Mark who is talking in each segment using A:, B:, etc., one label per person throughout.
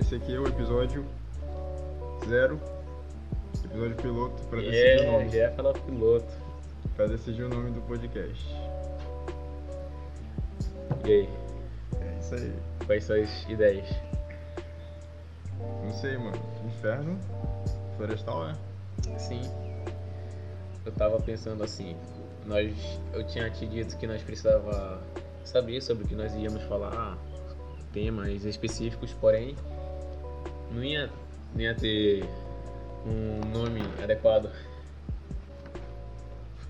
A: Esse aqui é o episódio zero, episódio piloto, pra decidir o
B: É,
A: nome.
B: já ia falar piloto.
A: Pra decidir o nome do podcast.
B: E aí,
A: É isso aí.
B: quais são as ideias?
A: Não sei, mano. Inferno? Florestal é?
B: Sim. Eu tava pensando assim, nós. Eu tinha te dito que nós precisava saber sobre o que nós íamos falar, temas específicos, porém não ia, não ia ter um nome adequado.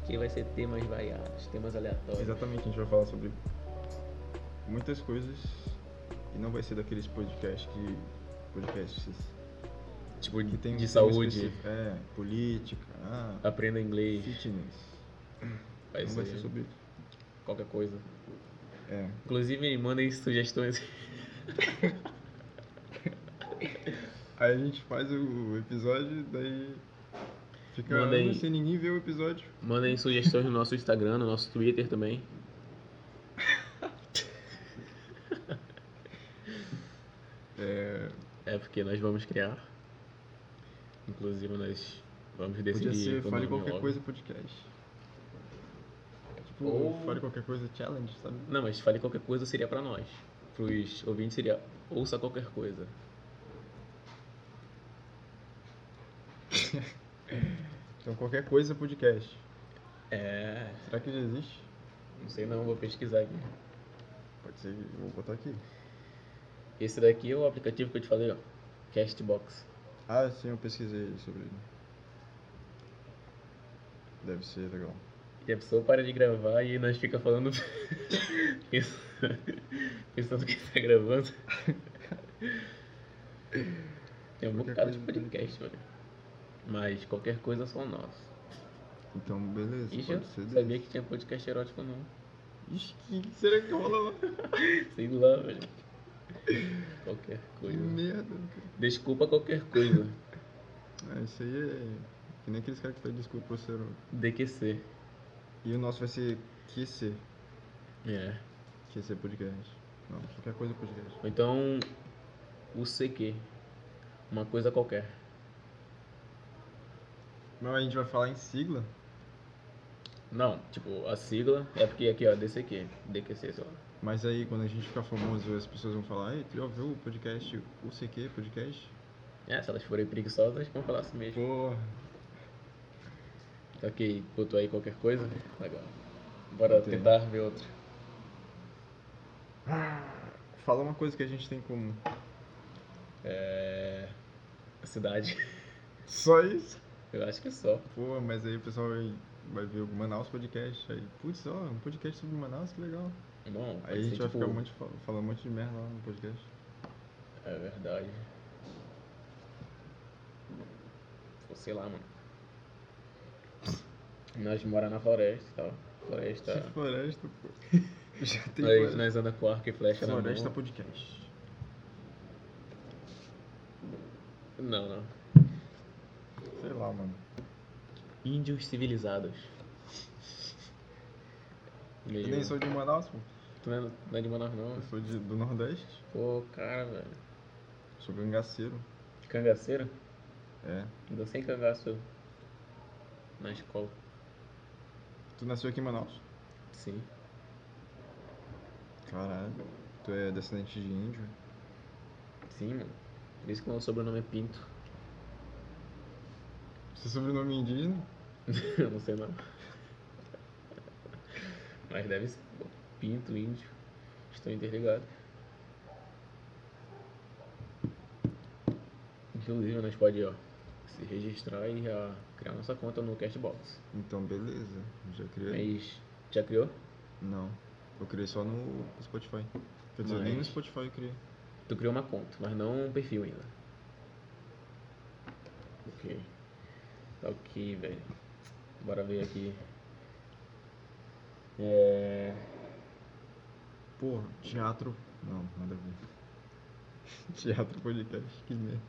B: Porque vai ser temas variados, temas aleatórios.
A: Exatamente, a gente vai falar sobre muitas coisas e não vai ser daqueles podcasts que. podcasts
B: Tipo,
A: que tem um
B: de
A: tema
B: saúde,
A: específico. É, política, ah,
B: aprenda inglês,
A: fitness.
B: vai
A: não vai ser
B: ser
A: sobre.
B: qualquer coisa.
A: É.
B: Inclusive, mandem sugestões.
A: Aí a gente faz o episódio, daí. Fica
B: Manda aí.
A: anos sem ninguém ver o episódio.
B: Mandem sugestões no nosso Instagram, no nosso Twitter também.
A: É,
B: É porque nós vamos criar. Inclusive nós vamos decidir.
A: podia ser
B: quando
A: Fale
B: nome
A: Qualquer
B: logo.
A: Coisa podcast. Tipo,
B: Ou-
A: Fale Qualquer Coisa Challenge, sabe?
B: Não, mas fale qualquer coisa seria pra nós. Pros ouvintes seria ouça qualquer coisa.
A: Então, qualquer coisa podcast.
B: É.
A: Será que já existe?
B: Não sei não, vou pesquisar aqui.
A: Pode ser, que- vou botar aqui.
B: Esse daqui é o aplicativo que eu te falei, ó. Castbox.
A: Ah, sim, eu pesquisei sobre ele. Deve ser legal.
B: E a pessoa para de gravar e nós fica falando. pensando- pensando que tá gravando. Tem um
A: Qualquer
B: bocado de
A: coisa,
B: podcast, olha. Mas qualquer coisa são nossos.
A: Então, beleza.
B: Ixi, eu
A: pode ser
B: não
A: desse.
B: sabia que tinha podcast erótico não.
A: Ixi, o que será que rola lá?
B: Sei lá, velho. Qualquer
A: Que
B: coisa.
A: merda.
B: Desculpa qualquer coisa.
A: Ah, isso aí é. Que nem aqueles caras que pedem desculpa por ser.
B: DQC.
A: E o nosso vai ser QC.
B: É.
A: QC Podcast. Não, qualquer coisa é podcast.
B: Ou então. O CQ. Uma coisa qualquer.
A: Mas a gente vai falar em sigla?
B: Não, tipo, a sigla é porque aqui, ó, DCQ. DQC, sei lá.
A: Mas aí, quando a gente ficar famoso, as pessoas vão falar: Ei, tu já ouviu o podcast UCQ Podcast?
B: É, se elas forem preguiçosas, vão falar assim mesmo. Então,
A: Porra.
B: Ok, botou aí qualquer coisa? Legal. Bora
A: Entendi.
B: tentar ver outro.
A: Fala uma coisa que a gente tem em comum.
B: É. A cidade.
A: Só isso?
B: Eu acho que é só.
A: Pô, mas aí o pessoal vai, vai ver o Manaus Podcast. Aí, putz, ó, um podcast sobre Manaus, que legal.
B: Bom, pode
A: Aí a gente
B: ser,
A: vai
B: tipo,
A: ficar um monte, fal- falando um monte de merda lá no podcast.
B: É verdade. Pô, sei lá, mano. Nós moramos na floresta e tal.
A: Que
B: Floresta.
A: Tipo floresta, pô. Já tem
B: Nós,
A: floresta.
B: nós andamos com arco e flecha
A: Floresta
B: na mão.
A: Podcast.
B: Não, não.
A: Sei lá, mano.
B: Índios civilizados.
A: Eu
B: Meio...
A: nem sou de Manaus, pô.
B: Tu não é, não é de Manaus, não?
A: Eu sou de- do Nordeste.
B: Pô, cara, velho.
A: Sou cangaceiro.
B: Cangaceiro?
A: É.
B: Ainda sem cangaço na escola.
A: Tu nasceu aqui em Manaus?
B: Sim.
A: Caralho. Tu é descendente de índio?
B: Sim, mano. Por isso que o meu sobrenome é Pinto.
A: Seu sobrenome é indígena?
B: Eu não sei não. Mas deve ser. pô, Pinto, índio. Estão interligados. Inclusive nós pode ó, se registrar e já criar nossa conta no Castbox.
A: Então, beleza. Já criei.
B: Mas já criou?
A: Não. Eu criei só no Spotify. Quer dizer, nem no
B: Mas-
A: Spotify eu criei.
B: Tu criou uma conta, mas não um perfil ainda. Ok. Tá ok, velho. Bora ver aqui. É.
A: Porra, teatro. Não, nada a ver. teatro podcast, que merda.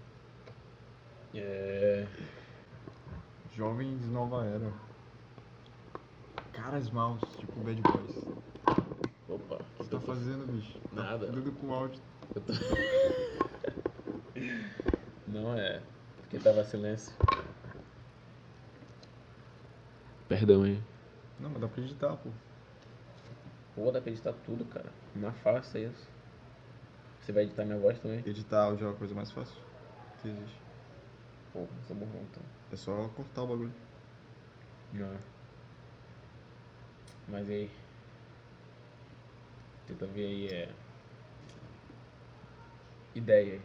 B: É.
A: Jovens Nova Era. Caras maus, tipo Bad Boys. O que
B: Opa.
A: tu tá fazendo, bicho? Tá
B: Nada.
A: Tudo com áudio.
B: Eu tô... Não é. Porque tava silêncio. Perdão, hein?
A: Não, mas dá pra editar, pô.
B: Pô, dá pra editar tudo, cara. Uma farsa isso. Você vai editar minha voz também?
A: Editar áudio é a coisa mais fácil que existe.
B: Pô, sou burrão então.
A: É só cortar o bagulho.
B: Não. Mas e aí? Tenta ver aí, é. Ideias.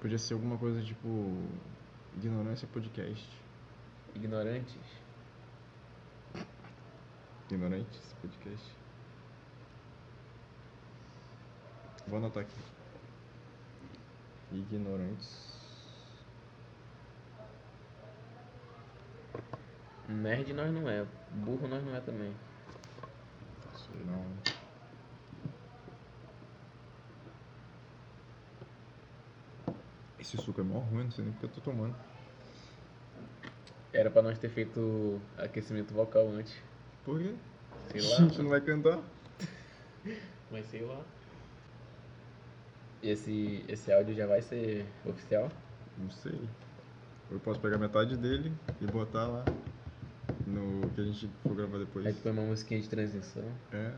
A: Podia ser alguma coisa tipo. Ignorância podcast.
B: Ignorantes.
A: Ignorantes podcast. Vou anotar aqui. Ignorantes.
B: Nerd nós não é. Burro nós não é também.
A: Sei né? não. Esse suco é mó ruim, não sei nem porque eu tô tomando.
B: Era pra nós ter feito aquecimento vocal antes.
A: Por quê?
B: Sei
A: A gente não
B: lá.
A: vai cantar?
B: mas sei lá. Esse, esse áudio já vai ser oficial?
A: Não sei. Eu posso pegar metade dele e botar lá no que a gente for gravar depois.
B: Aí tu põe uma musiquinha de transição?
A: É.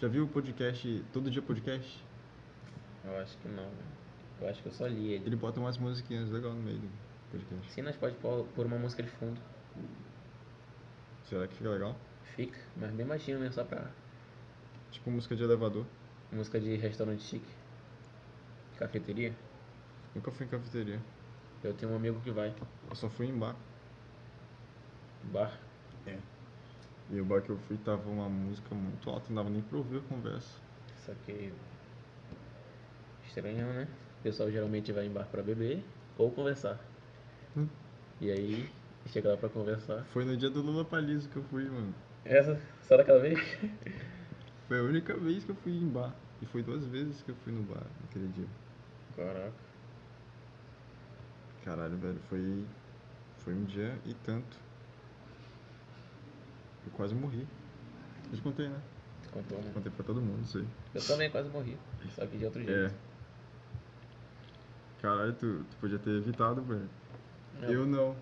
A: Já viu o podcast Todo Dia Podcast?
B: Eu acho que não. Eu acho que eu só li ele.
A: Ele bota umas musiquinhas legal no meio do podcast.
B: Sim, nós pode pôr pôr uma música de fundo.
A: Será que fica legal?
B: Fica, mas bem baixinho mesmo, só pra
A: Tipo música de elevador.
B: música de restaurante chique. Cafeteria.
A: Nunca fui em cafeteria.
B: Eu tenho um amigo que vai.
A: Eu só fui em bar.
B: Bar.
A: E o bar que eu fui tava uma música muito alta, não dava nem pra ouvir a conversa.
B: Só que. Estranhão, né? O pessoal geralmente vai em bar pra beber ou conversar.
A: Hum.
B: E aí, chega lá pra conversar.
A: Foi no dia do Lula Paliso que eu fui, mano.
B: Essa, só daquela vez?
A: Foi a única vez que eu fui em bar. E foi duas vezes que eu fui no bar naquele dia.
B: Caraca.
A: Caralho, velho, foi. Foi um dia e tanto. Eu quase morri. Eu te contei, né?
B: Tu contou, né?
A: Contei pra todo mundo isso aí.
B: Eu também quase morri. Só que de outro
A: É.
B: jeito.
A: Caralho, tu, tu podia ter evitado, velho.
B: Não.
A: Eu não.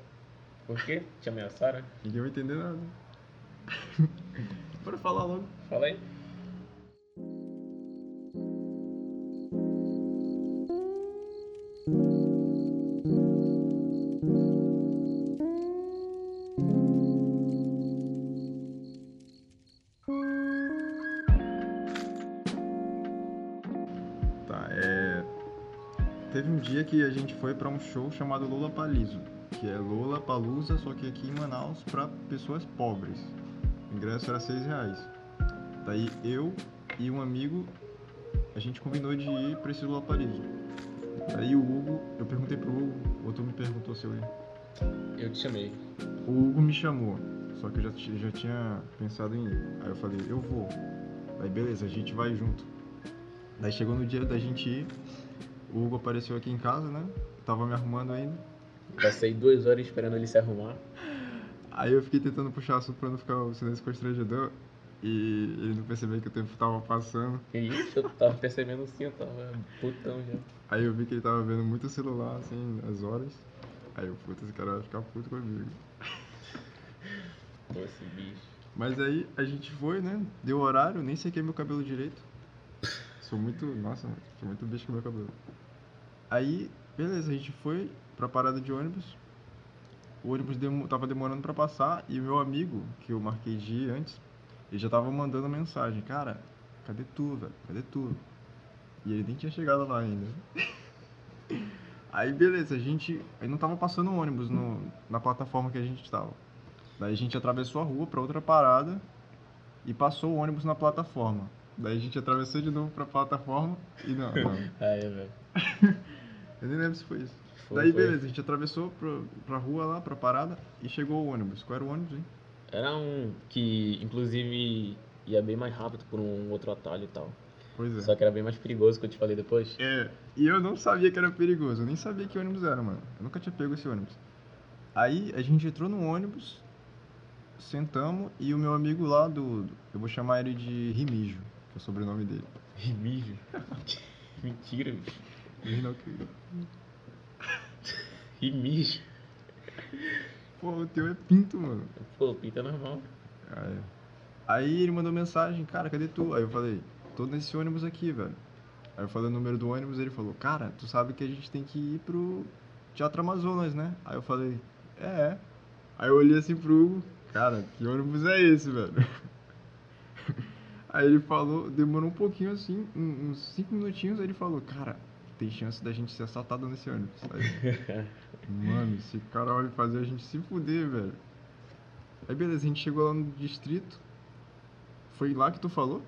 B: Por quê? Te ameaçaram?
A: Ninguém vai entender nada. Bora falar logo.
B: Fala aí.
A: Tá, é. Teve um dia que a gente foi pra um show chamado Lola Paliso, que é Lola Palusa, só que aqui em Manaus pra pessoas pobres. O ingresso era 6 reais. Daí eu e um amigo, a gente combinou de ir pra esse Lola Paliso. Daí o Hugo, eu perguntei pro Hugo, ou tu me perguntou se eu ia.
B: Eu te chamei.
A: O Hugo me chamou, só que eu já, ti- já tinha pensado em ir. Aí eu falei, eu vou. Aí beleza, a gente vai junto. Daí chegou no dia da gente ir, o Hugo apareceu aqui em casa, né? Tava me arrumando ainda.
B: Passei duas horas esperando ele se arrumar.
A: Aí eu fiquei tentando puxar assunto pra não ficar o silêncio constrangedor. E ele não percebeu que o tempo tava passando.
B: E isso, eu tava percebendo sim, eu tava putão já.
A: Aí eu vi que ele tava vendo muito o celular, assim, as horas. Aí eu, puta, esse cara vai ficar puto comigo.
B: Pô, esse bicho.
A: Mas aí a gente foi, né? Deu horário, nem sequei meu cabelo direito. Sou muito. Nossa, mano, sou muito bicho com meu cabelo. Aí, beleza, a gente foi pra parada de ônibus. O ônibus demo- tava demorando pra passar e o meu amigo, que eu marquei de ir antes, ele já tava mandando mensagem: Cara, cadê tu, velho? Cadê tu? E ele nem tinha chegado lá ainda. Aí, beleza, a gente. Aí não tava passando ônibus no, na plataforma que a gente tava. Daí a gente atravessou a rua pra outra parada e passou o ônibus na plataforma. Daí a gente atravessou de novo pra plataforma e não, não.
B: Aí, velho.
A: Eu nem lembro se foi isso.
B: Foi,
A: Daí
B: foi.
A: beleza, a gente atravessou pro, pra rua lá, pra parada e chegou o ônibus. Qual era o ônibus, hein?
B: Era um que, inclusive, ia bem mais rápido por um outro atalho e tal.
A: Pois é.
B: Só que era bem mais perigoso que eu te falei depois.
A: É, e eu não sabia que era perigoso, eu nem sabia que ônibus era, mano. Eu nunca tinha pego esse ônibus. Aí a gente entrou no ônibus, sentamos e o meu amigo lá do. Eu vou chamar ele de Rimijo, que é o sobrenome dele.
B: Rimijo. Mentira, bicho.
A: Eles não queriam.
B: Que mijo.
A: Pô, o teu é pinto, mano.
B: Pô, pinta normal.
A: Ah, é. Aí ele mandou mensagem, cara, cadê tu? Aí eu falei, tô nesse ônibus aqui, velho. Aí eu falei o número do ônibus, ele falou, cara, tu sabe que a gente tem que ir pro Teatro Amazonas, né? Aí eu falei, é, é. Aí eu olhei assim pro Hugo, cara, que ônibus é esse, velho? Aí ele falou, demorou um pouquinho assim, um- uns cinco minutinhos, aí ele falou, cara, tem chance da gente ser assaltado nesse ônibus. Aí, eu, mano, esse cara vai fazer a gente se fuder, velho. Aí beleza, a gente chegou lá no distrito. Foi lá que tu falou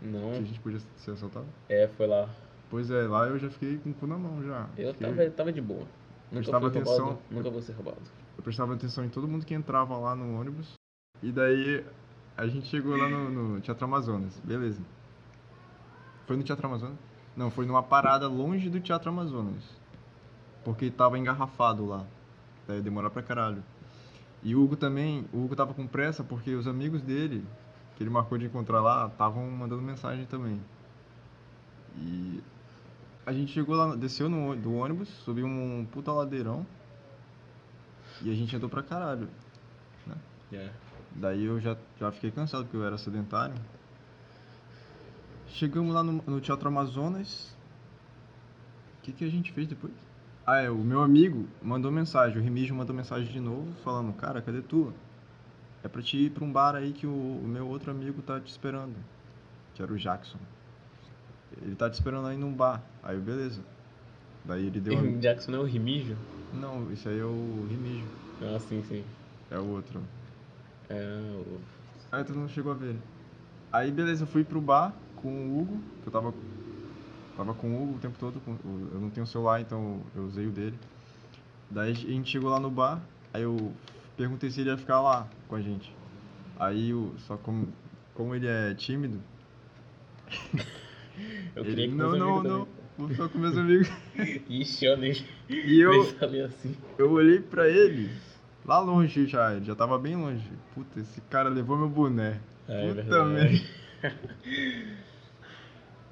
B: Não,
A: que a gente podia ser assaltado?
B: é, foi lá.
A: Pois é, lá eu já fiquei com o cu na mão já.
B: Eu
A: Fiquei-
B: tava, tava de boa. Nunca
A: Prestava
B: fui roubado,
A: atenção.
B: nunca vou ser roubado.
A: Eu prestava atenção em todo mundo que entrava lá no ônibus. E daí a gente chegou lá no, no Teatro Amazonas, beleza. Foi no Teatro Amazonas? Não, foi numa parada longe do Teatro Amazonas. Porque tava engarrafado lá. Daí ia demorar pra caralho. E o Hugo também, o Hugo tava com pressa porque os amigos dele, que ele marcou de encontrar lá, estavam mandando mensagem também. E a gente chegou lá, desceu no, ô- do ônibus, subiu um puta ladeirão. E a gente andou pra caralho.
B: É.
A: Daí eu já, já fiquei cansado porque eu era sedentário. Chegamos lá no, no Teatro Amazonas. O que, que a gente fez depois? Ah, é, o meu amigo mandou mensagem, o Remígio mandou mensagem de novo, falando: Cara, cadê tu? É pra te ir pra um bar aí que o, o meu outro amigo tá te esperando, que era o Jackson. Ele tá te esperando aí num bar. Aí, eu, beleza. Daí ele deu.
B: O Jackson não é o Rimijo?
A: A... Não, isso aí é o Remígio,
B: Ah, sim, sim.
A: é o outro.
B: É, o...
A: Aí tu não chegou a ver ele. Aí beleza, eu fui pro bar com o Hugo, que eu tava. Tava com o Hugo o tempo todo, com- o- eu não tenho celular, então eu usei o dele. Daí a gente chegou lá no bar, aí eu perguntei se ele ia ficar lá com a gente. Aí o. Só como, como ele é tímido,
B: eu
A: ele.
B: queria que
A: não,
B: meus
A: não,
B: amigos
A: não. Vou ficar com meus amigos.
B: também- Ixi, eu nem,
A: E eu,
B: nem falei assim.
A: eu olhei pra ele, lá longe já, ele já tava bem longe. Puta, esse cara levou meu boné.
B: Ah, é
A: Puta merda.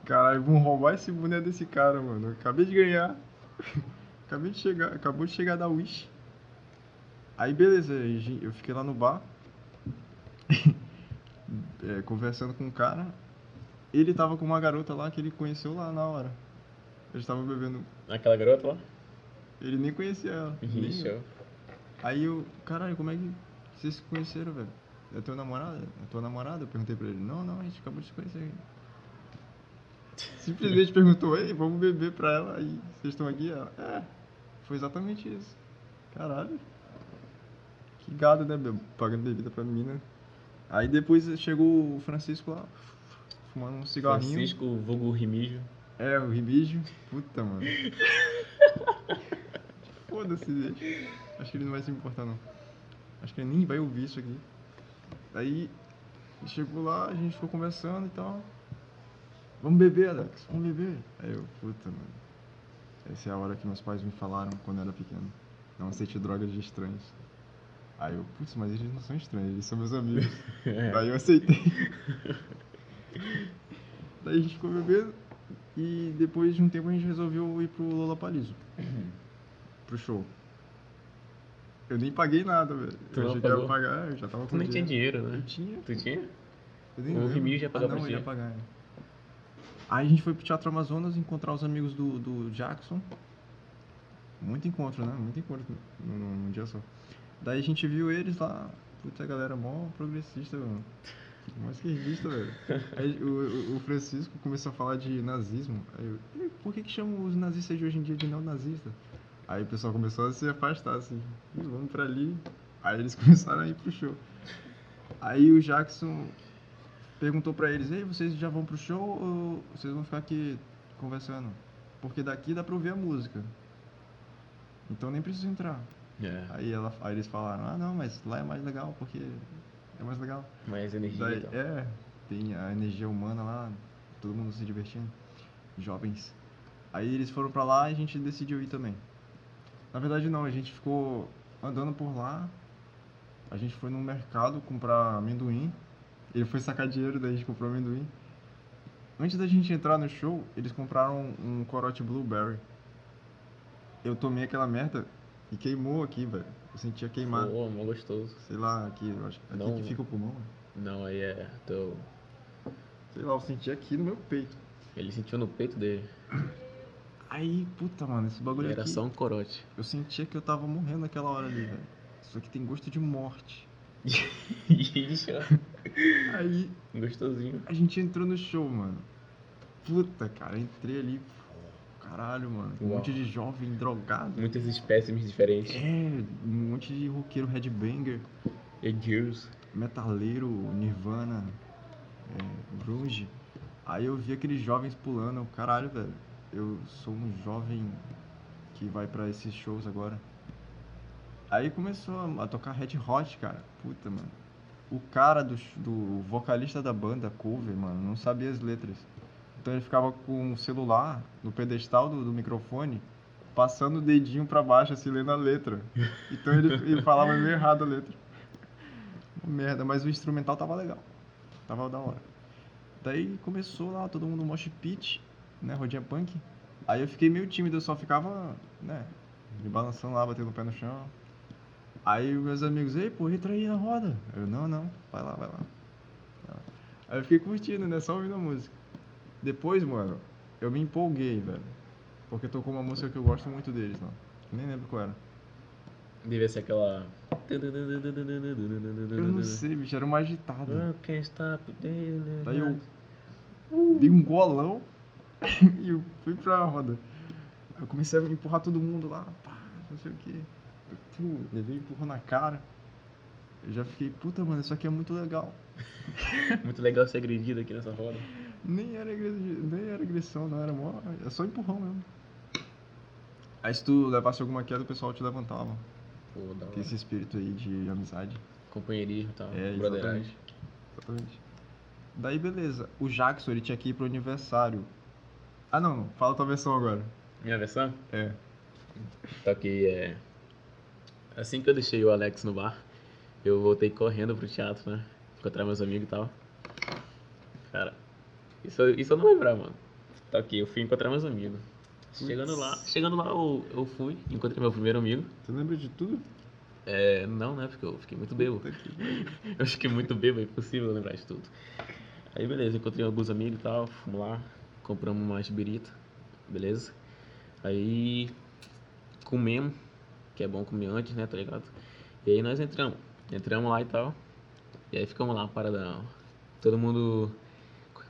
A: Caralho, vão roubar esse boné desse cara, mano. Eu Acabei de ganhar. Acabei de chegar, acabou de chegar da Wish. Aí beleza, aí gen- eu fiquei lá no bar. é, conversando com um cara. Ele tava com uma garota lá que ele conheceu lá na hora. Eles estavam bebendo.
B: Aquela garota lá?
A: Ele nem conhecia ela. nem
B: Ixi,
A: eu.
B: eu...
A: Aí eu, caralho, como é que vocês se conheceram, velho? É teu namorado? É tua namorada? Eu perguntei pra ele. Não, não, a gente acabou de se conhecer. Simplesmente perguntou, ei, vamos beber pra ela aí. Vocês estão aqui? Ela, é, foi exatamente isso. Caralho. Que gado, né, meu? Pagando bebida pra menina. Aí depois chegou o Francisco lá, fumando um cigarrinho.
B: Francisco, vulgo Rimijo.
A: É, o Ribijo. Puta, mano. Foda-se, gente. Acho que ele não vai se importar, não. Acho que ele nem vai ouvir isso aqui. Aí, ele chegou lá, a gente ficou conversando e tal. Vamos beber, Alex, vamos beber. Aí eu, puta, mano. Essa é a hora que meus pais me falaram quando eu era pequeno. Não aceite drogas de estranhos. Aí eu, putz, mas eles não são estranhos, eles são meus amigos.
B: É.
A: Daí eu aceitei. Daí a gente ficou bebendo e depois de um tempo a gente resolveu ir pro Lollapalooza.
B: Uhum.
A: pro show. Eu nem paguei nada, velho.
B: Tu
A: Eu
B: não
A: achei que eu ia
B: pagou?
A: pagar, eu já tava com
B: Tu nem tinha
A: dinheiro.
B: dinheiro,
A: Eu
B: né?
A: tinha.
B: Tu tinha?
A: Eu nem
B: O
A: lembro.
B: Remígio Um ia pagar
A: ah, não,
B: pra
A: ele
B: ti.
A: ia pagar, é. Aí a gente foi pro Teatro Amazonas encontrar os amigos do, do Jackson. Muito encontro, né? Muito encontro num, num- num dia só. Daí a gente viu eles lá. Puta, a galera mó progressista, mano. Mó esquerdista, velho. Aí o, o- o Francisco começou a falar de nazismo. Aí eu, "Ih, por que que chamam os nazistas de hoje em dia de neonazista? Aí o pessoal começou a se afastar, assim. "Ih, Vamos pra ali. Aí eles começaram a ir pro show. Aí o Jackson perguntou pra eles, ei, vocês já vão pro show ou vocês vão ficar aqui conversando? Porque daqui dá pra ouvir a música. Então nem precisa entrar.
B: É.
A: Aí, ela, aí eles falaram, ah não, mas lá é mais legal, porque é mais legal.
B: Mais energia
A: Daí,
B: e tal.
A: é, tem a energia humana lá, todo mundo se divertindo, jovens. Aí eles foram pra lá e a gente decidiu ir também. Na verdade não, a gente ficou andando por lá, a gente foi num mercado comprar amendoim, ele foi sacar dinheiro, daí a gente comprou amendoim. Antes da gente entrar no show, eles compraram um corote blueberry. Eu tomei aquela merda e queimou aqui, velho. Eu sentia queimado.
B: Pô, mó gostoso.
A: Sei lá, aqui, eu acho. Aqui
B: Não,
A: que fica o pulmão, né? velho.
B: Não, aí é. Tô...
A: Sei lá, eu senti aqui no meu peito.
B: Ele sentiu no peito dele.
A: Aí, puta, mano, esse bagulho
B: Era
A: aqui.
B: só um corote.
A: Eu sentia que eu tava morrendo naquela hora ali, velho. Isso aqui tem gosto de morte.
B: Ixi, ó.
A: Aí
B: Gostosinho.
A: a gente entrou no show, mano. Puta, cara, entrei ali. Caralho, mano. Um
B: Uau.
A: monte de jovem drogado.
B: Muitas espécimes diferentes.
A: É, um monte de roqueiro headbanger,
B: E Deus.
A: metaleiro, nirvana, é, grunge. Aí eu vi aqueles jovens pulando. eu, Caralho, velho. Eu sou um jovem que vai pra esses shows agora. Aí começou a- a tocar Red Hot, cara. Puta, mano. O cara do, sh- do vocalista da banda, cover, mano, não sabia as letras. Então ele ficava com o celular no pedestal do, do microfone, passando o dedinho pra baixo, assim, lendo a letra. Então ele, ele falava meio errado a letra. Uma Merda, mas o instrumental tava legal. Tava da hora. Daí começou lá, todo mundo um mosh pit, né, rodinha punk. Aí eu fiquei meio tímido, eu só ficava, né, me balançando lá, batendo o pé no chão. Aí os meus amigos, ei, pô, entra aí na roda. Eu, não, não, vai lá, vai lá. Aí eu fiquei curtindo, né, só ouvindo a música. Depois, mano, eu me empolguei, velho. Porque tocou uma música que eu gosto muito deles, não. Nem lembro qual era.
B: Devia ser aquela.
A: Eu não sei, bicho, era uma agitada.
B: I can't stop the-
A: Daí eu dei um golão e eu fui pra roda. Aí Eu comecei a empurrar todo mundo lá, pá, não sei o que. Tu, levei um empurrão na cara. Eu já fiquei, puta, mano, isso aqui é muito legal.
B: Muito legal ser agredido aqui nessa roda.
A: Nem era, agressi- nem era agressão, não era mó. É só empurrão mesmo. Aí se tu levasse alguma queda, o pessoal te levantava.
B: Pô, da hora.
A: Tem esse espírito aí de amizade.
B: Companheirismo e tal.
A: É,
B: brotheragem.
A: exatamente. Exatamente. Daí beleza. O Jackson, ele tinha que ir pro aniversário. Ah não, não. Fala tua versão agora.
B: Minha versão?
A: É. Tá
B: Só que é. Assim que eu deixei o Alex no bar, eu voltei correndo pro teatro, né? Encontrar meus amigos e tal. Cara, isso, isso eu não lembrava, mano. Tá ok, eu fui encontrar meus amigos. Chegando lá, chegando lá eu, eu fui, encontrei meu primeiro amigo.
A: Tu lembra de tudo?
B: É, não, né? Porque eu fiquei muito bêbado.
A: Puta que pariu.
B: Eu fiquei muito bêbado, é impossível lembrar de tudo. Aí beleza, encontrei alguns amigos e tal, fomos lá, compramos umas birita, beleza? Aí comemos, que é bom comer antes, né, tá ligado? E aí nós entramos, entramos lá e tal, e aí ficamos lá, paradão. Todo mundo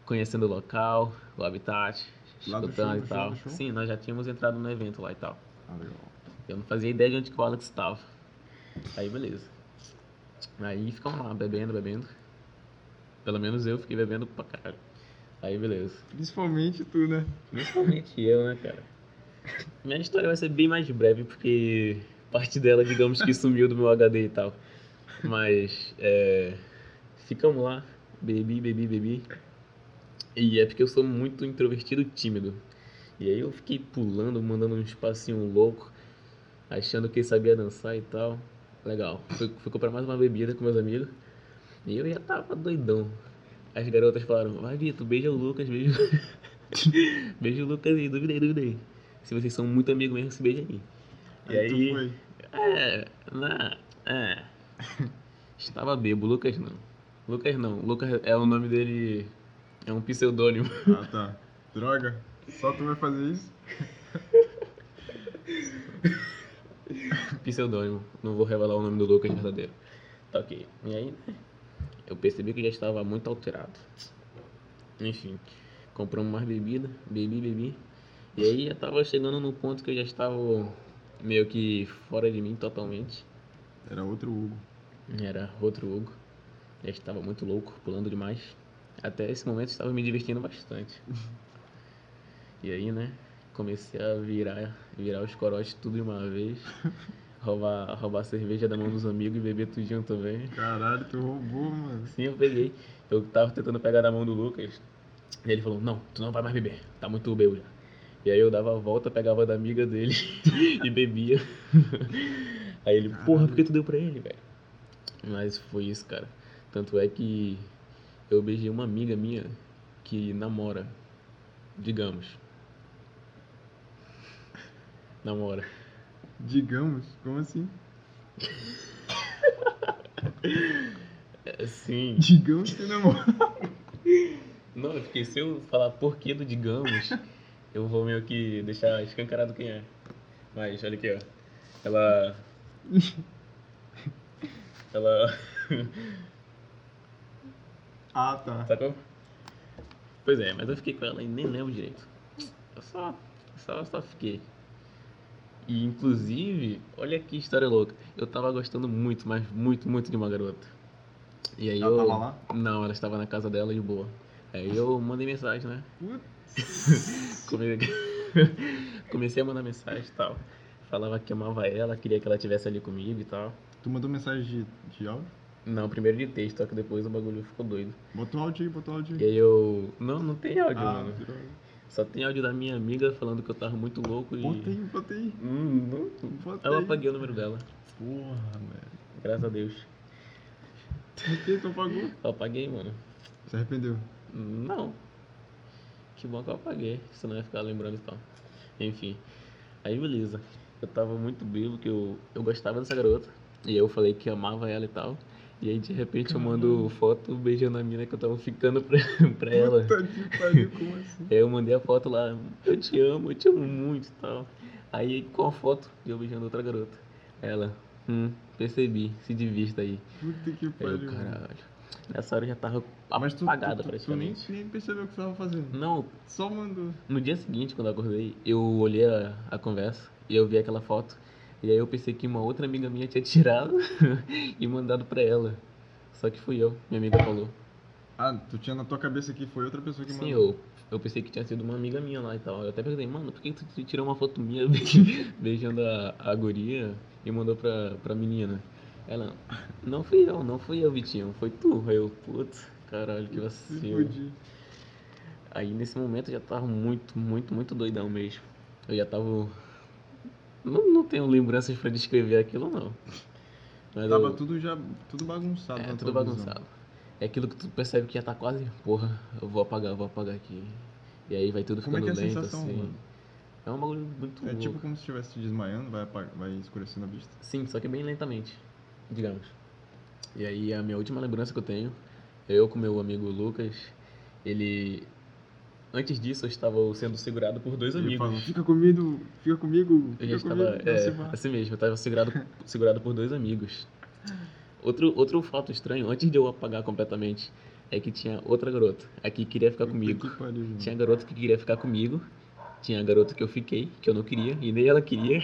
B: conhecendo o local, o habitat,
A: Lá do
B: escutando
A: show,
B: e
A: do show,
B: tal.
A: do show?
B: Sim, nós já tínhamos entrado no evento lá e tal.
A: Ah, legal.
B: Eu não fazia ideia de onde que o Alex estava. Aí beleza. Aí ficamos lá, bebendo, bebendo. Pelo menos eu fiquei bebendo pra caralho. Aí beleza.
A: Principalmente tu, né?
B: Principalmente eu, né, cara? Minha história vai ser bem mais breve, porque parte dela, digamos que sumiu do meu HD e tal. Mas, é. Ficamos lá, bebi, bebi, bebi. E é porque eu sou muito introvertido e tímido. E aí eu fiquei pulando, mandando um espacinho louco, achando que sabia dançar e tal. Legal. Fui, fui comprar mais uma bebida com meus amigos. E eu já tava doidão. As garotas falaram, vai Vitor, beija o Lucas, beija o Beijo, Lucas, aí, duvidei, duvidei. Se vocês são muito amigos mesmo, se beija aí. E
A: tu
B: aí.
A: foi.
B: É, na, é. Estava bebo, Lucas não. Lucas não. Lucas é o nome dele. É um pseudônimo.
A: Ah, tá. Droga. Só tu vai fazer isso?
B: Pseudônimo. Não vou revelar o nome do Lucas verdadeiro. Tá ok. E aí, né? Eu percebi que já estava muito alterado. Enfim, compramos mais bebida, bebi, bebi. E aí eu tava chegando num ponto que eu já estava meio que fora de mim totalmente.
A: Era outro Hugo.
B: Era outro Hugo. Já estava muito louco, pulando demais. Até esse momento estava me divertindo bastante. E aí, né? Comecei a virar, virar os corotes tudo de uma vez. Roubar, roubar a cerveja da mão dos amigos e beber tudinho também.
A: Caralho, tu roubou, mano.
B: Sim, eu peguei. Eu tava tentando pegar na mão do Lucas. E ele falou, não, tu não vai mais beber. Tá muito bêbado já. E aí eu dava a volta, pegava da amiga dele e bebia. aí ele, porra, por que tu deu pra ele, velho? Mas foi isso, cara. Tanto é que eu beijei uma amiga minha que namora, digamos. Namora.
A: Digamos, como assim?
B: É, Sim.
A: Digamos que namora.
B: Não, eu fiquei, se eu falar porquê do digamos, eu vou meio que deixar escancarado quem é. Mas olha aqui, ó. Ela. Ela.
A: Ah, tá.
B: Sacou? Pois é, mas eu fiquei com ela e nem lembro direito. Eu só. Só, só fiquei. E inclusive, olha que história louca. Eu tava gostando muito, mas muito, muito de uma garota. E aí
A: Ela
B: eu.
A: tava lá?
B: Não, ela estava na casa dela de boa. Aí eu mandei mensagem, né?
A: Putz.
B: Come- Comecei a mandar mensagem e tal. Falava que amava ela, queria que ela estivesse ali comigo e tal.
A: Tu mandou mensagem de, de áudio?
B: Não, primeiro de texto, só que depois o bagulho ficou doido.
A: Bota o áudio aí, bota o áudio
B: E
A: aí.
B: aí eu. Não, não tem áudio,
A: Ah,
B: mano.
A: virou.
B: Só tem áudio da minha amiga falando que eu tava muito louco e.
A: Bota aí, bota aí.
B: Hum, não-
A: Bota
B: Eu
A: aí.
B: apaguei o número dela.
A: Porra, velho.
B: Graças a Deus.
A: Por que tu apagou?
B: Eu apaguei, mano.
A: Se arrependeu.
B: Não. Que bom que eu apaguei, senão eu ia ficar lembrando e tal. Enfim. Aí beleza. Eu tava muito bêbado que eu, eu gostava dessa garota. E eu falei que amava ela e tal. E aí de repente eu mando foto beijando a mina que eu tava ficando pra, pra ela.
A: Puta que pariu, como assim?
B: Aí eu mandei a foto lá, eu te amo, eu te amo muito e tal. Aí com a foto eu beijando outra garota. Ela, hum, percebi, se divista aí.
A: Puta que
B: Aí
A: pariu.
B: eu,
A: mano.
B: caralho. Nessa hora eu já tava
A: Ah, Mas tu,
B: apagada
A: tu, tu, tu nem,
B: praticamente.
A: nem percebeu o que tu tava fazendo.
B: Não,
A: Só um mandou.
B: No dia seguinte, quando eu acordei, eu olhei a, a conversa e eu vi aquela foto. E aí eu pensei que uma outra amiga minha tinha tirado e mandado pra ela. Só que fui eu, minha amiga falou.
A: Ah, tu tinha na tua cabeça que foi outra pessoa que
B: Sim,
A: mandou.
B: eu, eu pensei que tinha sido uma amiga minha lá e tal. Eu até perguntei, mano, por que que tu tirou uma foto minha beijando a, a guria e mandou pra, pra menina? Ela, não fui eu, não fui eu, Vitinho, foi tu. Aí eu, putz, caralho, que
A: Se
B: vacilo.
A: fudi.
B: Aí nesse momento eu já tava muito, muito, muito doidão mesmo. Eu já tava. Não, não tenho lembranças pra descrever aquilo, não. Mas
A: Tava
B: eu-
A: tudo já, tudo bagunçado.
B: é,
A: na
B: tudo
A: tua visão.
B: bagunçado. É aquilo que tu percebe que já tá quase. Porra, eu vou apagar, eu vou apagar aqui. E aí vai tudo
A: Como é
B: ficando
A: que é a
B: lento,
A: sensação,
B: assim.
A: mano?
B: É um bagulho muito
A: É
B: louco.
A: tipo como se estivesse te desmaiando, vai, apa- vai escurecendo a vista.
B: Sim, só que bem lentamente, digamos. E aí a minha última lembrança que eu tenho, eu com meu amigo Lucas, ele. Antes disso eu estava sendo segurado por dois
A: Ele
B: amigos.
A: fala, fica comigo, fica comigo,
B: Eu já
A: fica
B: estava,
A: comigo. não se vá."
B: é, assim mesmo, eu estava segurado, segurado por dois amigos. Outro, outro fato estranho, antes de eu apagar completamente, é que tinha outra garota aqui que queria ficar
A: Puta
B: comigo.
A: que pariu, mano.
B: Tinha garoto que queria ficar comigo, tinha garoto que eu fiquei, que eu não queria, e nem ela queria.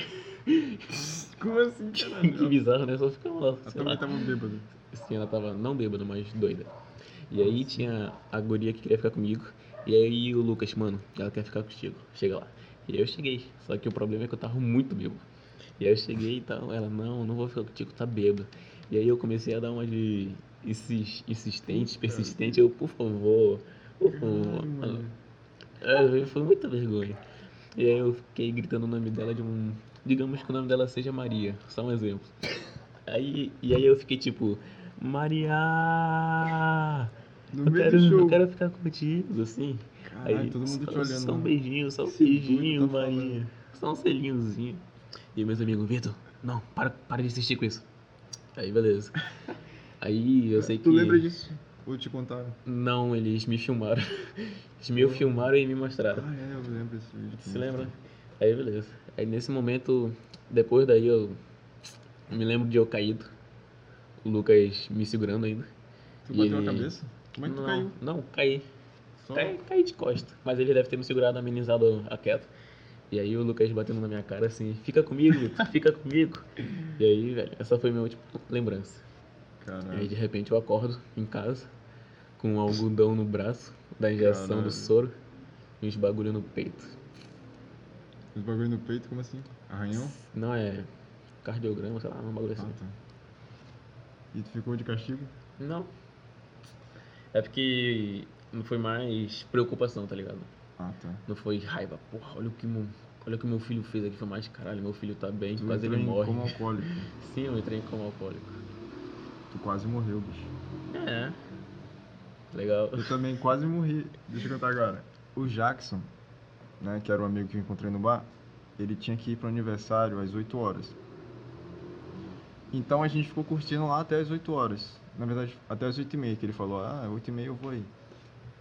A: Como assim,
B: que
A: caralho?
B: bizarro, né? Só ficava lá,
A: Eu
B: sei
A: também
B: lá.
A: tava bêbado.
B: Sim, ela tava não bêbada, mas doida. E aí tinha a guria que queria ficar comigo. E aí o Lucas, mano, ela quer ficar contigo. Chega lá. E aí eu cheguei. Só que o problema é que eu tava muito bêbado. E aí eu cheguei e tal. Ela, não, não vou ficar contigo, tá bêbado. E aí eu comecei a dar uma de insis- insistente, persistente. Eu, por favor, por favor.
A: Caralho, mano.
B: É, foi muita vergonha. E aí eu fiquei gritando o nome dela de um. Digamos que o nome dela seja Maria, só um exemplo. Aí, e aí eu fiquei tipo, Maria!
A: No
B: Eu
A: meio
B: quero,
A: do show.
B: eu quero ficar contigo, assim.
A: Caralho,
B: aí,
A: todo mundo
B: só,
A: te olhando.
B: Só um
A: mano.
B: beijinho, só um
A: Esse doido
B: beijinho,
A: tá falando.
B: Maria. Só um selinhozinho. E meus amigos, Vitor, não, para, para de insistir com isso. Aí beleza. Aí eu sei
A: tu
B: que.
A: lembra disso? Ou te contaram?
B: Não, eles me filmaram. Eles me filmaram e me mostraram.
A: Ah, é, eu lembro desse vídeo.
B: Se lembra? né? Aí beleza. Aí nesse momento, depois daí eu, eu me lembro de eu caído. O Lucas me segurando ainda.
A: Tu
B: E
A: bateu a
B: ele-
A: cabeça? Como é que tu
B: não,
A: caiu? Então-
B: Não, caí.
A: Só...
B: Caí, caí de costa. Mas ele deve ter me segurado, amenizado a queda. E aí o Lucas batendo na minha cara assim, fica comigo, Vitor, fica comigo. E aí, velho, essa foi minha última lembrança. E aí
A: Caralho.
B: de repente eu acordo em casa, com um algodão no braço, da injeção
A: Caralho.
B: do soro e uns bagulho no peito.
A: Os bagulho no peito, como assim? Arranhão?
B: Não, é cardiograma, sei lá, um bagulho assim.
A: Ah, tá. E tu ficou de castigo?
B: Não. É porque não foi mais preocupação, tá ligado?
A: Ah, tá.
B: Não foi raiva. Porra, olha o que meu, olha o que meu filho fez aqui. Foi mais caralho, meu filho tá bem,
A: Tu
B: quase
A: entrou
B: ele
A: em
B: morre.
A: coma alcoólico.
B: Sim, eu entrei em coma alcoólico.
A: Tu quase morreu, bicho.
B: É. Legal.
A: Eu também quase morri. Deixa eu contar agora. O Jackson, né, que era um amigo que eu encontrei no bar, ele tinha que ir pro aniversário às 8 horas. Então a gente ficou curtindo lá até as 8 horas. Na verdade, até as 8 e meia, que ele falou, ah, 8 e meia eu vou aí.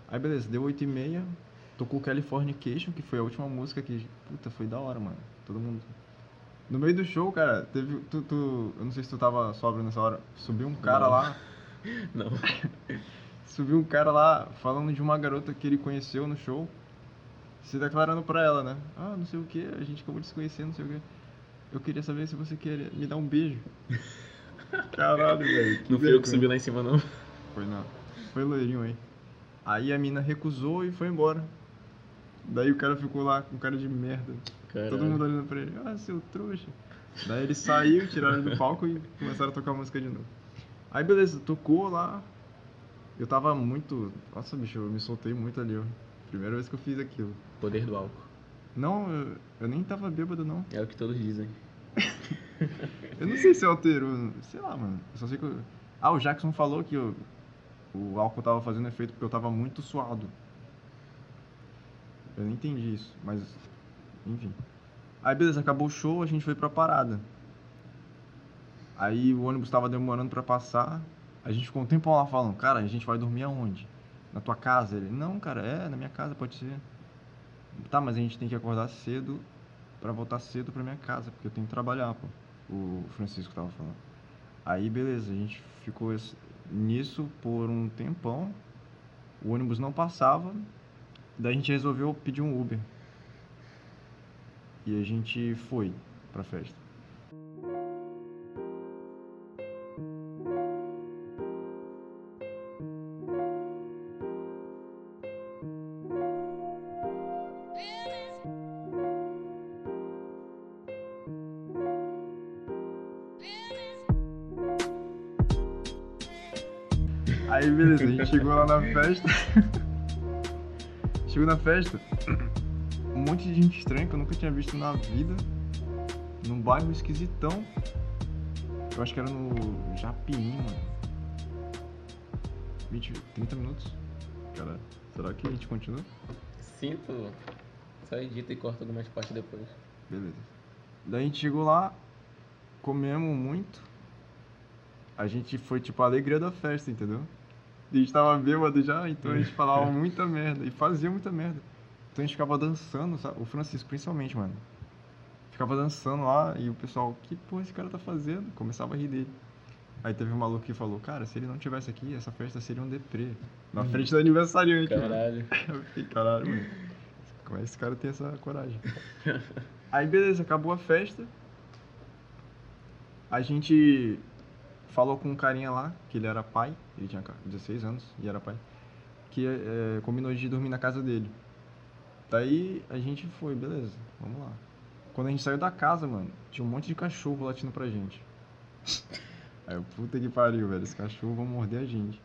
A: Aí beleza, deu 8 e meia, tocou Californication, que foi a última música que, puta, foi da hora, mano. Todo mundo... No meio do show, cara, teve, tu, tu- eu não sei se tu tava sóbrio nessa hora, subiu um cara
B: Não.
A: lá,
B: Não.
A: subiu um cara lá falando de uma garota que ele conheceu no show, se declarando pra ela, né? Ah, não sei o que, a gente acabou de se conhecer, não sei o que. Eu queria saber se você queria me dar um beijo. Caralho, velho.
B: Não fui eu que
A: vergonha.
B: subi lá em cima, não.
A: Foi não. Foi loirinho aí. Aí a mina recusou e foi embora. Daí o cara ficou lá com cara de merda.
B: Caralho.
A: Todo mundo olhando pra ele. Ah, seu trouxa. Daí ele saiu, tiraram ele do palco e começaram a tocar a música de novo. Aí beleza, tocou lá. Eu tava muito. Nossa, bicho, eu me soltei muito ali. Ó. Primeira vez que eu fiz aquilo.
B: Poder do álcool.
A: Não, eu, eu nem tava bêbado, não.
B: É o que todos dizem.
A: Eu não sei se eu alterou, sei lá, mano. Eu só sei que eu... Ah, o Jackson falou que eu- o álcool tava fazendo efeito porque eu tava muito suado. Eu não entendi isso, mas enfim. Aí beleza, acabou o show, a gente foi pra parada. Aí o ônibus tava demorando pra passar. A gente ficou um tempão lá falando, cara, a gente vai dormir aonde? Na tua casa? Ele, não, cara, é, na minha casa, pode ser. Tá, mas a gente tem que acordar cedo pra voltar cedo pra minha casa, porque eu tenho que trabalhar, pô o Francisco tava falando. Aí, beleza, a gente ficou es- nisso por um tempão. O ônibus não passava. Daí a gente resolveu pedir um Uber. E a gente foi pra festa. Aí, beleza, a gente chegou lá na festa. chegou na festa, um monte de gente estranha que eu nunca tinha visto na vida. Num bairro esquisitão. Eu acho que era no Japim, mano. 20, 30 minutos? Cara, será que a gente continua?
B: Sinto. Só edita e corta algumas partes depois.
A: Beleza. Daí a gente chegou lá, comemos muito. A gente foi tipo a alegria da festa, entendeu? A gente tava bêbado já, então a gente falava muita merda e fazia muita merda. Então a gente ficava dançando, sabe? O Francisco principalmente, mano. Ficava dançando lá e o pessoal, que porra esse cara tá fazendo? Começava a rir dele. Aí teve um maluco que falou, cara, se ele não tivesse aqui, essa festa seria um deprê. Na frente do aniversariante. mano.
B: Caralho.
A: Eu fiquei, caralho, mano. Como é que esse cara tem essa coragem? Aí, beleza, acabou a festa. A gente falou com um carinha lá, que ele era pai, ele tinha ca- 16 anos e era pai, que eh, combinou de dormir na casa dele. Daí a gente foi, beleza, vamos lá. Quando a gente saiu da casa, mano, tinha um monte de cachorro latindo pra gente. Aí eu, puta que pariu, velho, esse cachorro vão morder a gente.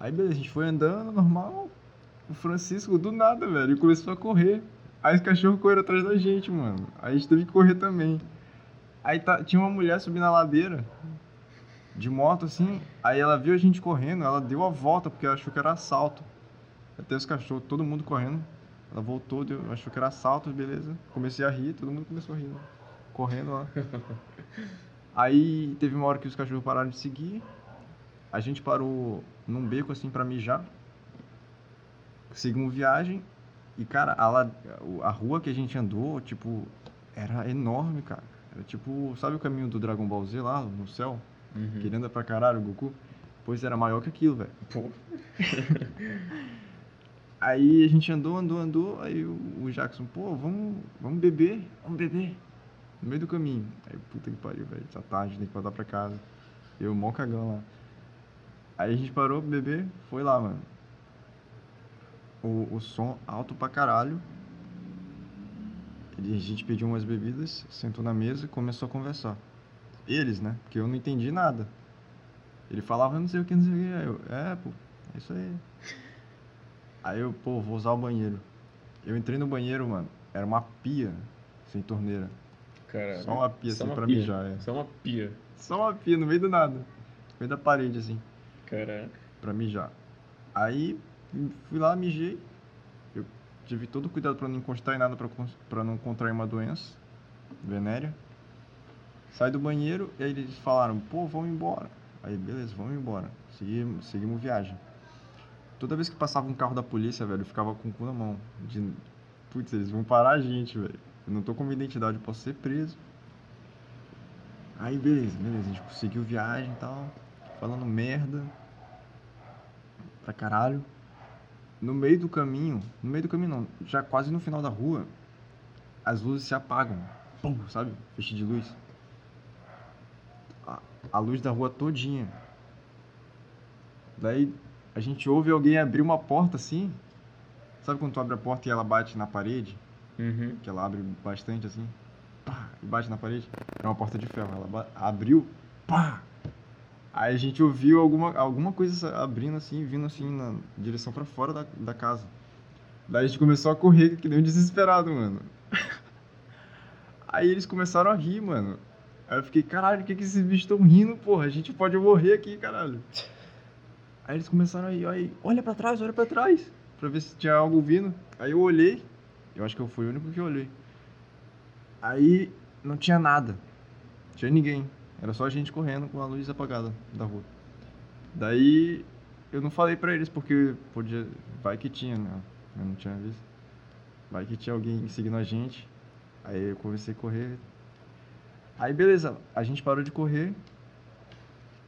A: Aí beleza, a gente foi andando, normal. O Francisco, do nada, velho, começou a correr. Aí os cachorros correram atrás da gente, mano. Aí a gente teve que correr também. Aí tá- tinha uma mulher subindo a ladeira de moto, assim. Aí ela viu a gente correndo, ela deu a volta porque ela achou que era assalto. Até os cachorros, todo mundo correndo. Ela voltou, deu, achou que era assalto, beleza. Comecei a rir, todo mundo começou a rir, né? correndo lá. Aí teve uma hora que os cachorros pararam de seguir. A gente parou num beco assim pra mijar. Seguimos viagem. E, cara, a, la- o- a rua que a gente andou, tipo, era enorme, cara. Era tipo, sabe o caminho do Dragon Ball Z lá no céu?
B: Uhum.
A: Que ele anda pra caralho, o Goku? Pois era maior que aquilo, velho.
B: Pô.
A: Aí a gente andou, andou, andou. Aí o, o Jackson, pô, vamos, vamos beber, vamos beber. No meio do caminho. Aí, puta que pariu, velho. Tá tarde, tem que voltar pra casa. Eu, mó cagão lá. Aí a gente parou pra beber, foi lá, mano. O, o som alto pra caralho. Ele- a gente pediu umas bebidas, sentou na mesa e começou a conversar. Eles, né? Porque eu não entendi nada. Ele falava, não sei o que, não sei o que. Aí eu, é, pô, é isso aí. Aí eu, pô, vou usar o banheiro. Eu entrei no banheiro, mano. Era uma pia sem torneira.
B: Caralho.
A: Só uma pia,
B: É, Só
A: assim,
B: uma
A: pra
B: pia.
A: mijar, é.
B: Só uma pia.
A: Só uma pia no meio do nada. No meio da parede, assim,
B: Caraca.
A: pra mijar. Aí fui lá, mijei. Eu tive todo o cuidado pra não encostar em nada, pra, cons- pra não contrair uma doença venérea. Saí do banheiro e aí eles falaram, pô, vamos embora. Aí, beleza, vamos embora. Seguimos, seguimos viagem. Toda vez que passava um carro da polícia, velho, eu ficava com o cu na mão. De... Putz, eles vão parar a gente, velho. Eu não tô com minha identidade, eu posso ser preso. Aí, beleza, beleza. A gente conseguiu viagem e tal. Falando merda. Pra caralho. No meio do caminho, no meio do caminho não, já quase no final da rua, as luzes se apagam. Pum, sabe? Feixe de luz. A, a luz da rua todinha. Daí a gente ouve alguém abrir uma porta assim. Sabe quando tu abre a porta e ela bate na parede?
B: Uhum.
A: que ela abre bastante assim, pá, e bate na parede. É uma porta de ferro. Ela ba- abriu, pá! Aí a gente ouviu alguma, alguma coisa abrindo assim, vindo assim na direção pra fora da, da casa. Daí a gente começou a correr, que nem um desesperado, mano. Aí eles começaram a rir, mano. Aí eu fiquei, caralho, o que, que esses bichos estão rindo, porra? A gente pode morrer aqui, caralho. Aí eles começaram a ir, aí, olha pra trás, olha pra trás, pra ver se tinha algo vindo. Aí eu olhei, eu acho que eu fui o único que olhei. Aí não tinha nada. Não tinha ninguém. Era só a gente correndo com a luz apagada da rua. Daí eu não falei pra eles porque podia. Vai que tinha, né? Eu não tinha visto. Vai que tinha alguém seguindo a gente. Aí eu comecei a correr. Aí beleza, a gente parou de correr.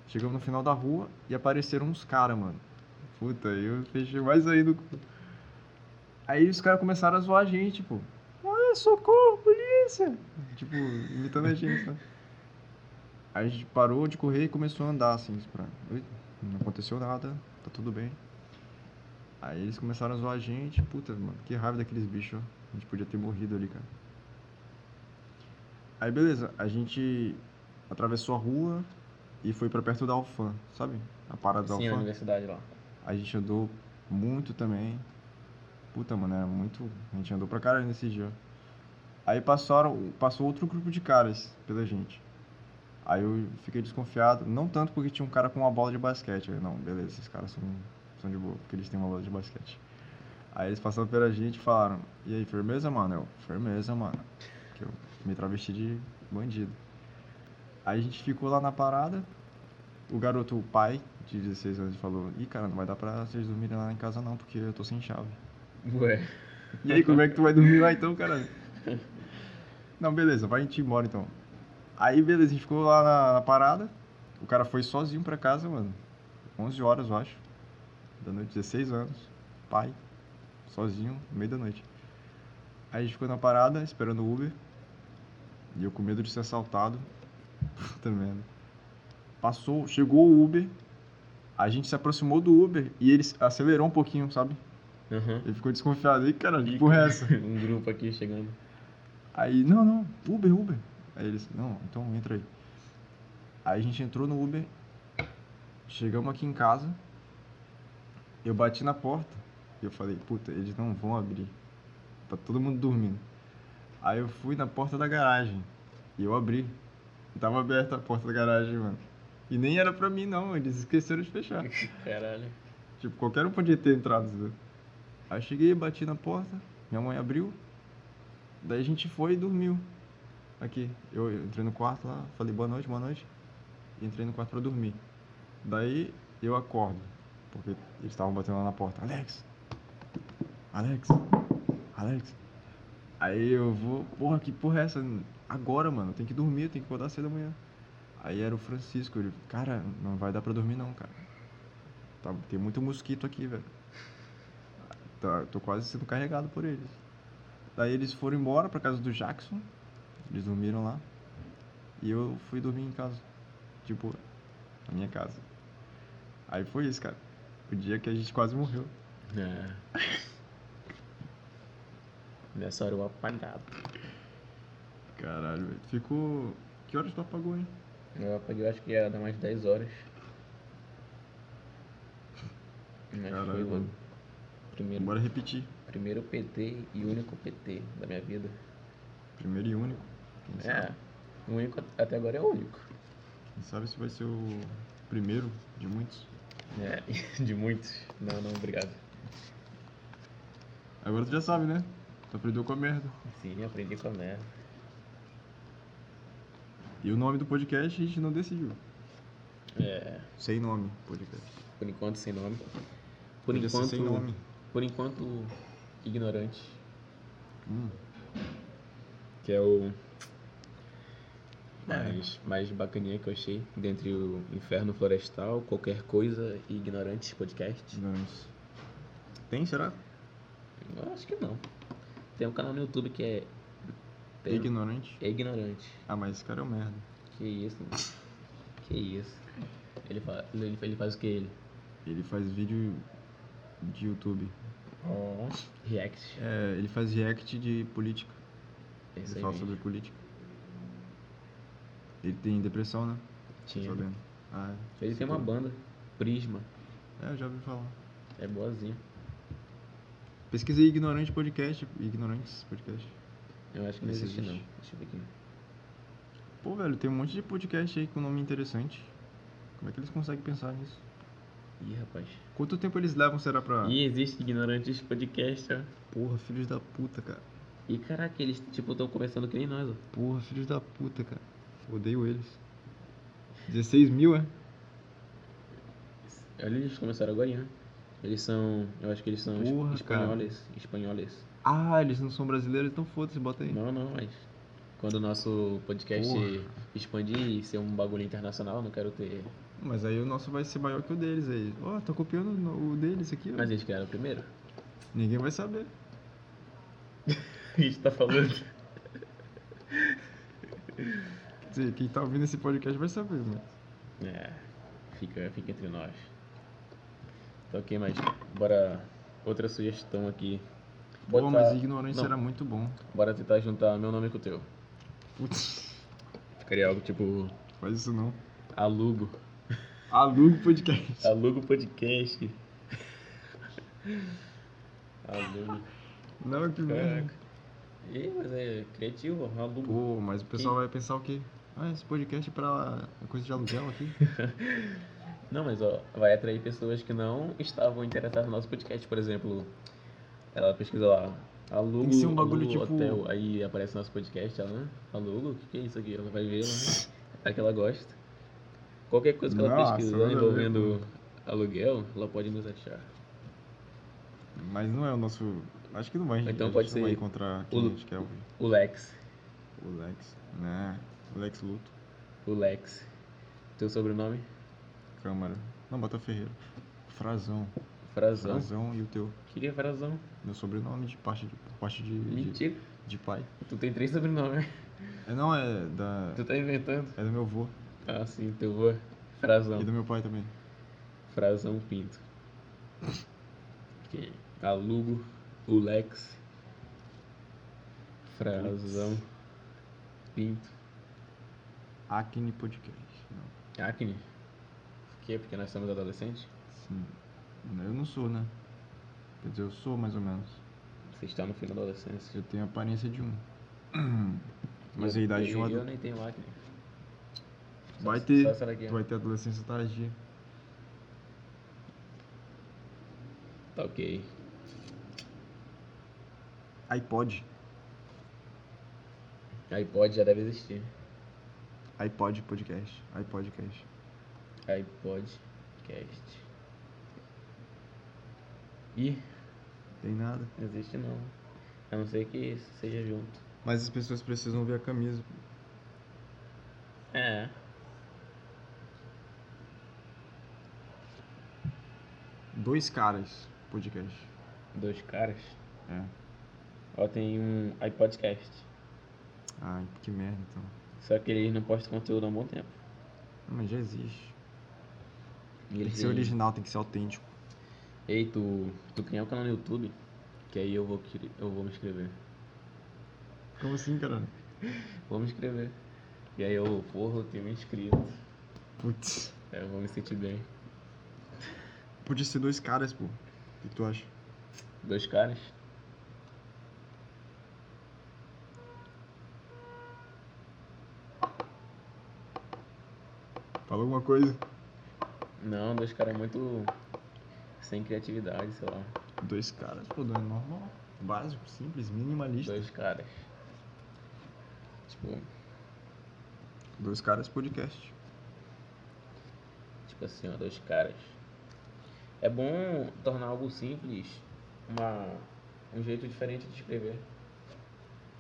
A: Chegamos no final da rua e apareceram uns caras, mano. Puta, aí eu fechei mais ainda o cu. Aí os caras começaram a zoar a gente, pô. Ah, socorro, polícia! Tipo, imitando a gente, né? Aí a gente parou de correr e começou a andar, assim, pra... "Ui, não aconteceu nada, tá tudo bem. Aí eles começaram a zoar a gente, puta, mano, que raiva daqueles bichos, ó. A gente podia ter morrido ali, cara. Aí beleza, a gente atravessou a rua e foi pra perto da Alfã, sabe? A parada da
B: Sim, na
A: Alfã.
B: universidade lá.
A: A gente andou muito também. Puta, mano, era muito. A gente andou pra caralho nesse dia. Aí passaram, passou outro grupo de caras pela gente. Aí eu fiquei desconfiado, não tanto porque tinha um cara com uma bola de basquete. Eu, não, beleza, esses caras são, são de boa, porque eles têm uma bola de basquete. Aí eles passaram pela gente e falaram: E aí, firmeza, mano? Eu, firmeza, mano. Que eu me travesti de bandido. Aí a gente ficou lá na parada. O garoto, o pai, de 16 anos, falou: Ih, cara, não vai dar pra vocês dormirem lá em casa não, porque eu tô sem chave.
B: Ué.
A: E aí, como é que tu vai dormir lá então, cara? Não, beleza, vai a gente embora então. Aí, beleza, a gente ficou lá na, na parada. O cara foi sozinho pra casa, mano. 11 horas, eu acho. Da noite, 16 anos. Pai. Sozinho, no meio da noite. Aí a gente ficou na parada, esperando o Uber. E eu com medo de ser assaltado. Puta merda. Passou, chegou o Uber. A gente se aproximou do Uber e ele acelerou um pouquinho, sabe?
B: Uhum.
A: Ele ficou desconfiado. Ih, cara, que porra é essa?
B: Um grupo aqui chegando.
A: Aí, não, não, Uber, Uber. Aí eles, não, então entra aí. Aí a gente entrou no Uber, chegamos aqui em casa, eu bati na porta e eu falei, puta, eles não vão abrir. Tá todo mundo dormindo. Aí eu fui na porta da garagem e eu abri. Tava aberta a porta da garagem, mano. E nem era pra mim, não, eles esqueceram de fechar.
B: Caralho.
A: Tipo, qualquer um podia ter entrado. entendeu? Aí eu cheguei, bati na porta, minha mãe abriu. Daí a gente foi e dormiu. Aqui, eu eu entrei no quarto lá, falei boa noite, boa noite. E entrei no quarto pra dormir. Daí eu acordo, porque eles estavam batendo lá na porta. Alex! Alex! Alex! Aí eu vou, porra, que porra é essa? Agora, mano, eu tenho que dormir, eu tenho que acordar cedo amanhã. Aí era o Francisco, ele, cara, não vai dar pra dormir não, cara. Tá, tem muito mosquito aqui, velho. Tá, tô quase sendo carregado por eles. Daí eles foram embora pra casa do Jackson. Eles dormiram lá. E eu fui dormir em casa. Tipo, na minha casa. Aí foi isso, cara. O dia que a gente quase morreu.
B: É. Nessa hora eu apagado.
A: Caralho, velho. Ficou. Que horas tu apagou, hein?
B: Eu apaguei, eu acho que era mais 10 horas. Mas
A: Caralho,
B: foi o
A: mano.
B: primeiro,
A: Bora repetir.
B: primeiro PT e único PT da minha vida.
A: Primeiro e único. Quem sabe?
B: É. O único até agora é o único.
A: Quem sabe se vai ser o primeiro de muitos.
B: É, de muitos. Não, não, obrigado.
A: Agora tu já sabe, né? Tu aprendeu com a merda.
B: Sim, aprendi com a merda.
A: E o nome do podcast a gente não decidiu.
B: É,
A: Sem nome, podcast.
B: por enquanto sem nome. Por
A: Podia ser
B: enquanto,
A: Sem nome.
B: por enquanto ignorante,
A: Hum.
B: que é o mais, mais bacaninha que eu achei dentre o Inferno Florestal, qualquer coisa e ignorante podcast.
A: Ignorância. Tem, será?
B: Eu acho que não. Tem um canal no YouTube que é tem-
A: Ignorante.
B: é ignorante.
A: Ah, mas esse cara é um merda.
B: Que isso? mano. Que isso? Ele faz, ele, ele faz o que ele?
A: Ele faz vídeo de YouTube.
B: React.
A: É, ele faz react de política.
B: É isso
A: ele
B: aí.
A: fala
B: gente.
A: sobre política. Ele tem depressão, né? Tô
B: Tinha.
A: Sabendo. Ah,
B: Ele tem uma banda, Prisma.
A: É, eu já ouvi falar.
B: É boazinha.
A: Pesquisei ignorante podcast. Ignorantes podcast.
B: Eu acho que não
A: Esse
B: existe não.
A: existe.
B: Deixa eu ver aqui.
A: Pô, velho, tem um monte de podcast aí com nome interessante. Como é que eles conseguem pensar nisso?
B: Ih, rapaz.
A: Quanto tempo eles levam, será, pra...
B: E existe Ignorantes Podcast, ó.
A: Porra, filhos da puta, cara.
B: E caraca, eles tipo estão começando que nem nós, ó.
A: Porra, filhos da puta, cara. Odeio eles. 16 mil, é?
B: Olha, É eles começaram agora, né? Eles são. Eu acho que eles são es-
A: Porra,
B: espanhóis. Espanhóis.
A: Ah, eles não são brasileiros, então foda-se, bota aí.
B: Não, não, mas. Quando o nosso podcast
A: Porra.
B: expandir e ser um bagulho internacional, eu não quero ter.
A: Mas aí o nosso vai ser maior que o deles aí. Ó, tô copiando no- o deles aqui, ó.
B: Mas eles criaram primeiro.
A: Ninguém vai saber.
B: A gente tá falando.
A: Quer dizer, quem tá ouvindo esse podcast vai saber, mano.
B: É, fica, fica entre nós. Então, ok, mas bora. Outra sugestão aqui.
A: Pô,
B: Botar-
A: mas ignorância
B: tá. não.
A: era muito bom.
B: Bora tentar juntar meu nome com o teu.
A: Putz,
B: Ficaria algo tipo.
A: faz isso não.
B: Alugo.
A: Aluga o podcast.
B: Alugo podcast. Alugo.
A: Não, que merda.
B: Caraca. Ih, mas é criativo, alugo.
A: Pô, mas o pessoal vai pensar o quê? Ah, esse podcast é pra é coisa de aluguel aqui.
B: Não, mas ó, vai atrair pessoas que não estavam interessadas no nosso podcast, por exemplo. Ela pesquisa lá, alugo,
A: Tem que ser um bagulho
B: alugo
A: tipo-
B: hotel, aí aparece nosso podcast, ela, né? Alugo, o que, que é isso aqui? Ela vai ver, né? É que ela gosta. Qualquer coisa que ela
A: Nossa, nada a
B: pesquisar
A: ver,
B: envolvendo aluguel, ela pode nos achar.
A: Mas não é o nosso. Acho que não vai.
B: Então
A: a gente
B: pode
A: não
B: ser
A: vai encontrar quem
B: o-
A: a gente quer ouvir.
B: O Lex,
A: O Lex. Né? O Lex Luto.
B: o Lex. Teu sobrenome?
A: Câmara. Não, bota Ferreira. Frazão.
B: Frazão.
A: Frazão e o teu.
B: Que é Frazão?
A: Meu sobrenome de parte de, por parte de, de,
B: Mentira.
A: de pai.
B: Tu tem três sobrenomes.
A: É, não, é da.
B: Tu tá inventando.
A: É do meu avô
B: Ah, sim, teu vô. Frazão.
A: e do meu pai também.
B: Frazão Pinto. Que alugo o Lex. Frazão Pinto.
A: Acne Podcast. Não.
B: Acne? Por quê? Porque nós somos adolescentes?
A: Sim. Eu não sou, né? Quer dizer, eu sou mais ou menos.
B: Você está no fim da adolescência.
A: Eu tenho a aparência de um. Mas a
B: Eu-
A: idade de um
B: eu, eu
A: adulto.
B: nem tenho acne. Só-
A: Vai ter.
B: Só será que
A: Tu vai ter adolescência tardia.
B: Tá ok.
A: iPod.
B: iPod já deve existir.
A: iPod Podcast. iPodcast.
B: iPodcast. Ih,
A: Tem nada.
B: não existe não. A não ser que seja junto.
A: Mas as pessoas precisam ver a camisa.
B: É.
A: Dois caras podcast.
B: Dois caras.
A: É.
B: Ó, tem um iPodcast.
A: Ai, que merda então.
B: Só que eles não postam conteúdo há um bom tempo.
A: Não, mas já existe.
B: E
A: Tem
B: eles
A: que ser original, tem que ser autêntico.
B: Ei, tu, tu criar um canal no YouTube, que aí eu vou, cri- eu vou me inscrever.
A: Como assim, cara?
B: Vou me inscrever. E aí eu, porra, eu tenho um inscrito.
A: Putz.
B: Aí eu vou me sentir bem.
A: Podia ser dois caras, pô. O que tu acha?
B: Dois caras.
A: Fala alguma coisa.
B: Não, dois caras muito sem criatividade, sei lá.
A: Dois caras, pô, dois normal. Básico, simples, minimalista. Dois,
B: Dois caras. Tipo,
A: caras podcast.
B: tipo assim, ó, dois caras. É bom tornar algo simples uma, um jeito diferente de escrever.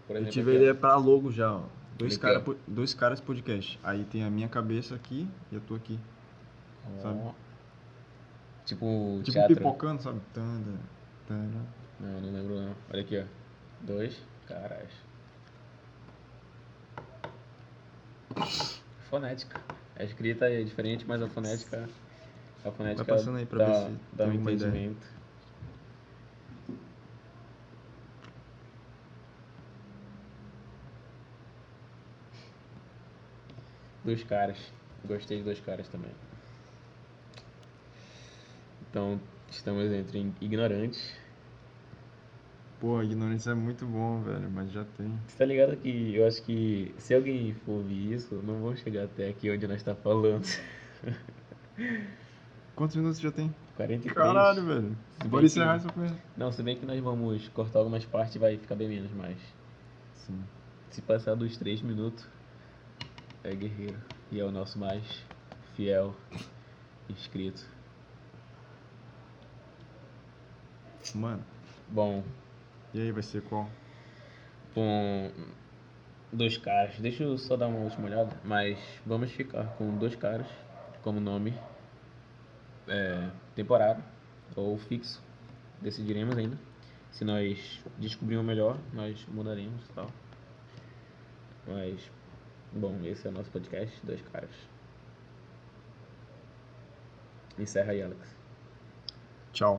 B: Por
A: Eu
B: exemplo,
A: tive a
B: aqui, ó.
A: ideia pra logo já, ó. Dois,
B: Como é
A: cara,
B: que
A: po- dois caras podcast. Aí tem a minha cabeça aqui e a tua aqui.
B: Ó.
A: sabe?
B: Tipo,
A: Tipo
B: teatro.
A: pipocando, sabe? Tanda, tanda.
B: Não, não lembro não. Olha aqui, ó. Dois. Caras. Fonética. A escrita é diferente, mas a fonética. A fonética
A: passando aí pra
B: dá,
A: ver se
B: dá um
A: tem alguma ideia.
B: entendimento. Dois caras. Gostei de dois caras também. Então, estamos entre ignorantes
A: Pô, ignorância é muito bom, velho, mas já tem.
B: Você tá ligado que eu acho que se alguém for ouvir isso, não vão chegar até aqui onde nós tá falando.
A: Quantos minutos já tem?
B: 43.
A: Caralho, velho.
B: bem
A: Bora
B: que-
A: encerrar essa coisa.
B: Não, se bem que nós vamos cortar algumas partes, vai ficar bem menos, mas
A: Sim.
B: se passar dos 3 minutos, é guerreiro. E é o nosso mais fiel inscrito.
A: Mano,
B: Bom,
A: e aí vai ser qual?
B: com dois caras, deixa eu só dar uma última olhada, mas vamos ficar com dois caras como nome é, temporário ou fixo. Decidiremos ainda. Se nós descobrirmos melhor, nós mudaremos e tal. Mas, bom, esse é o nosso podcast, dois caras. Encerra aí, Alex.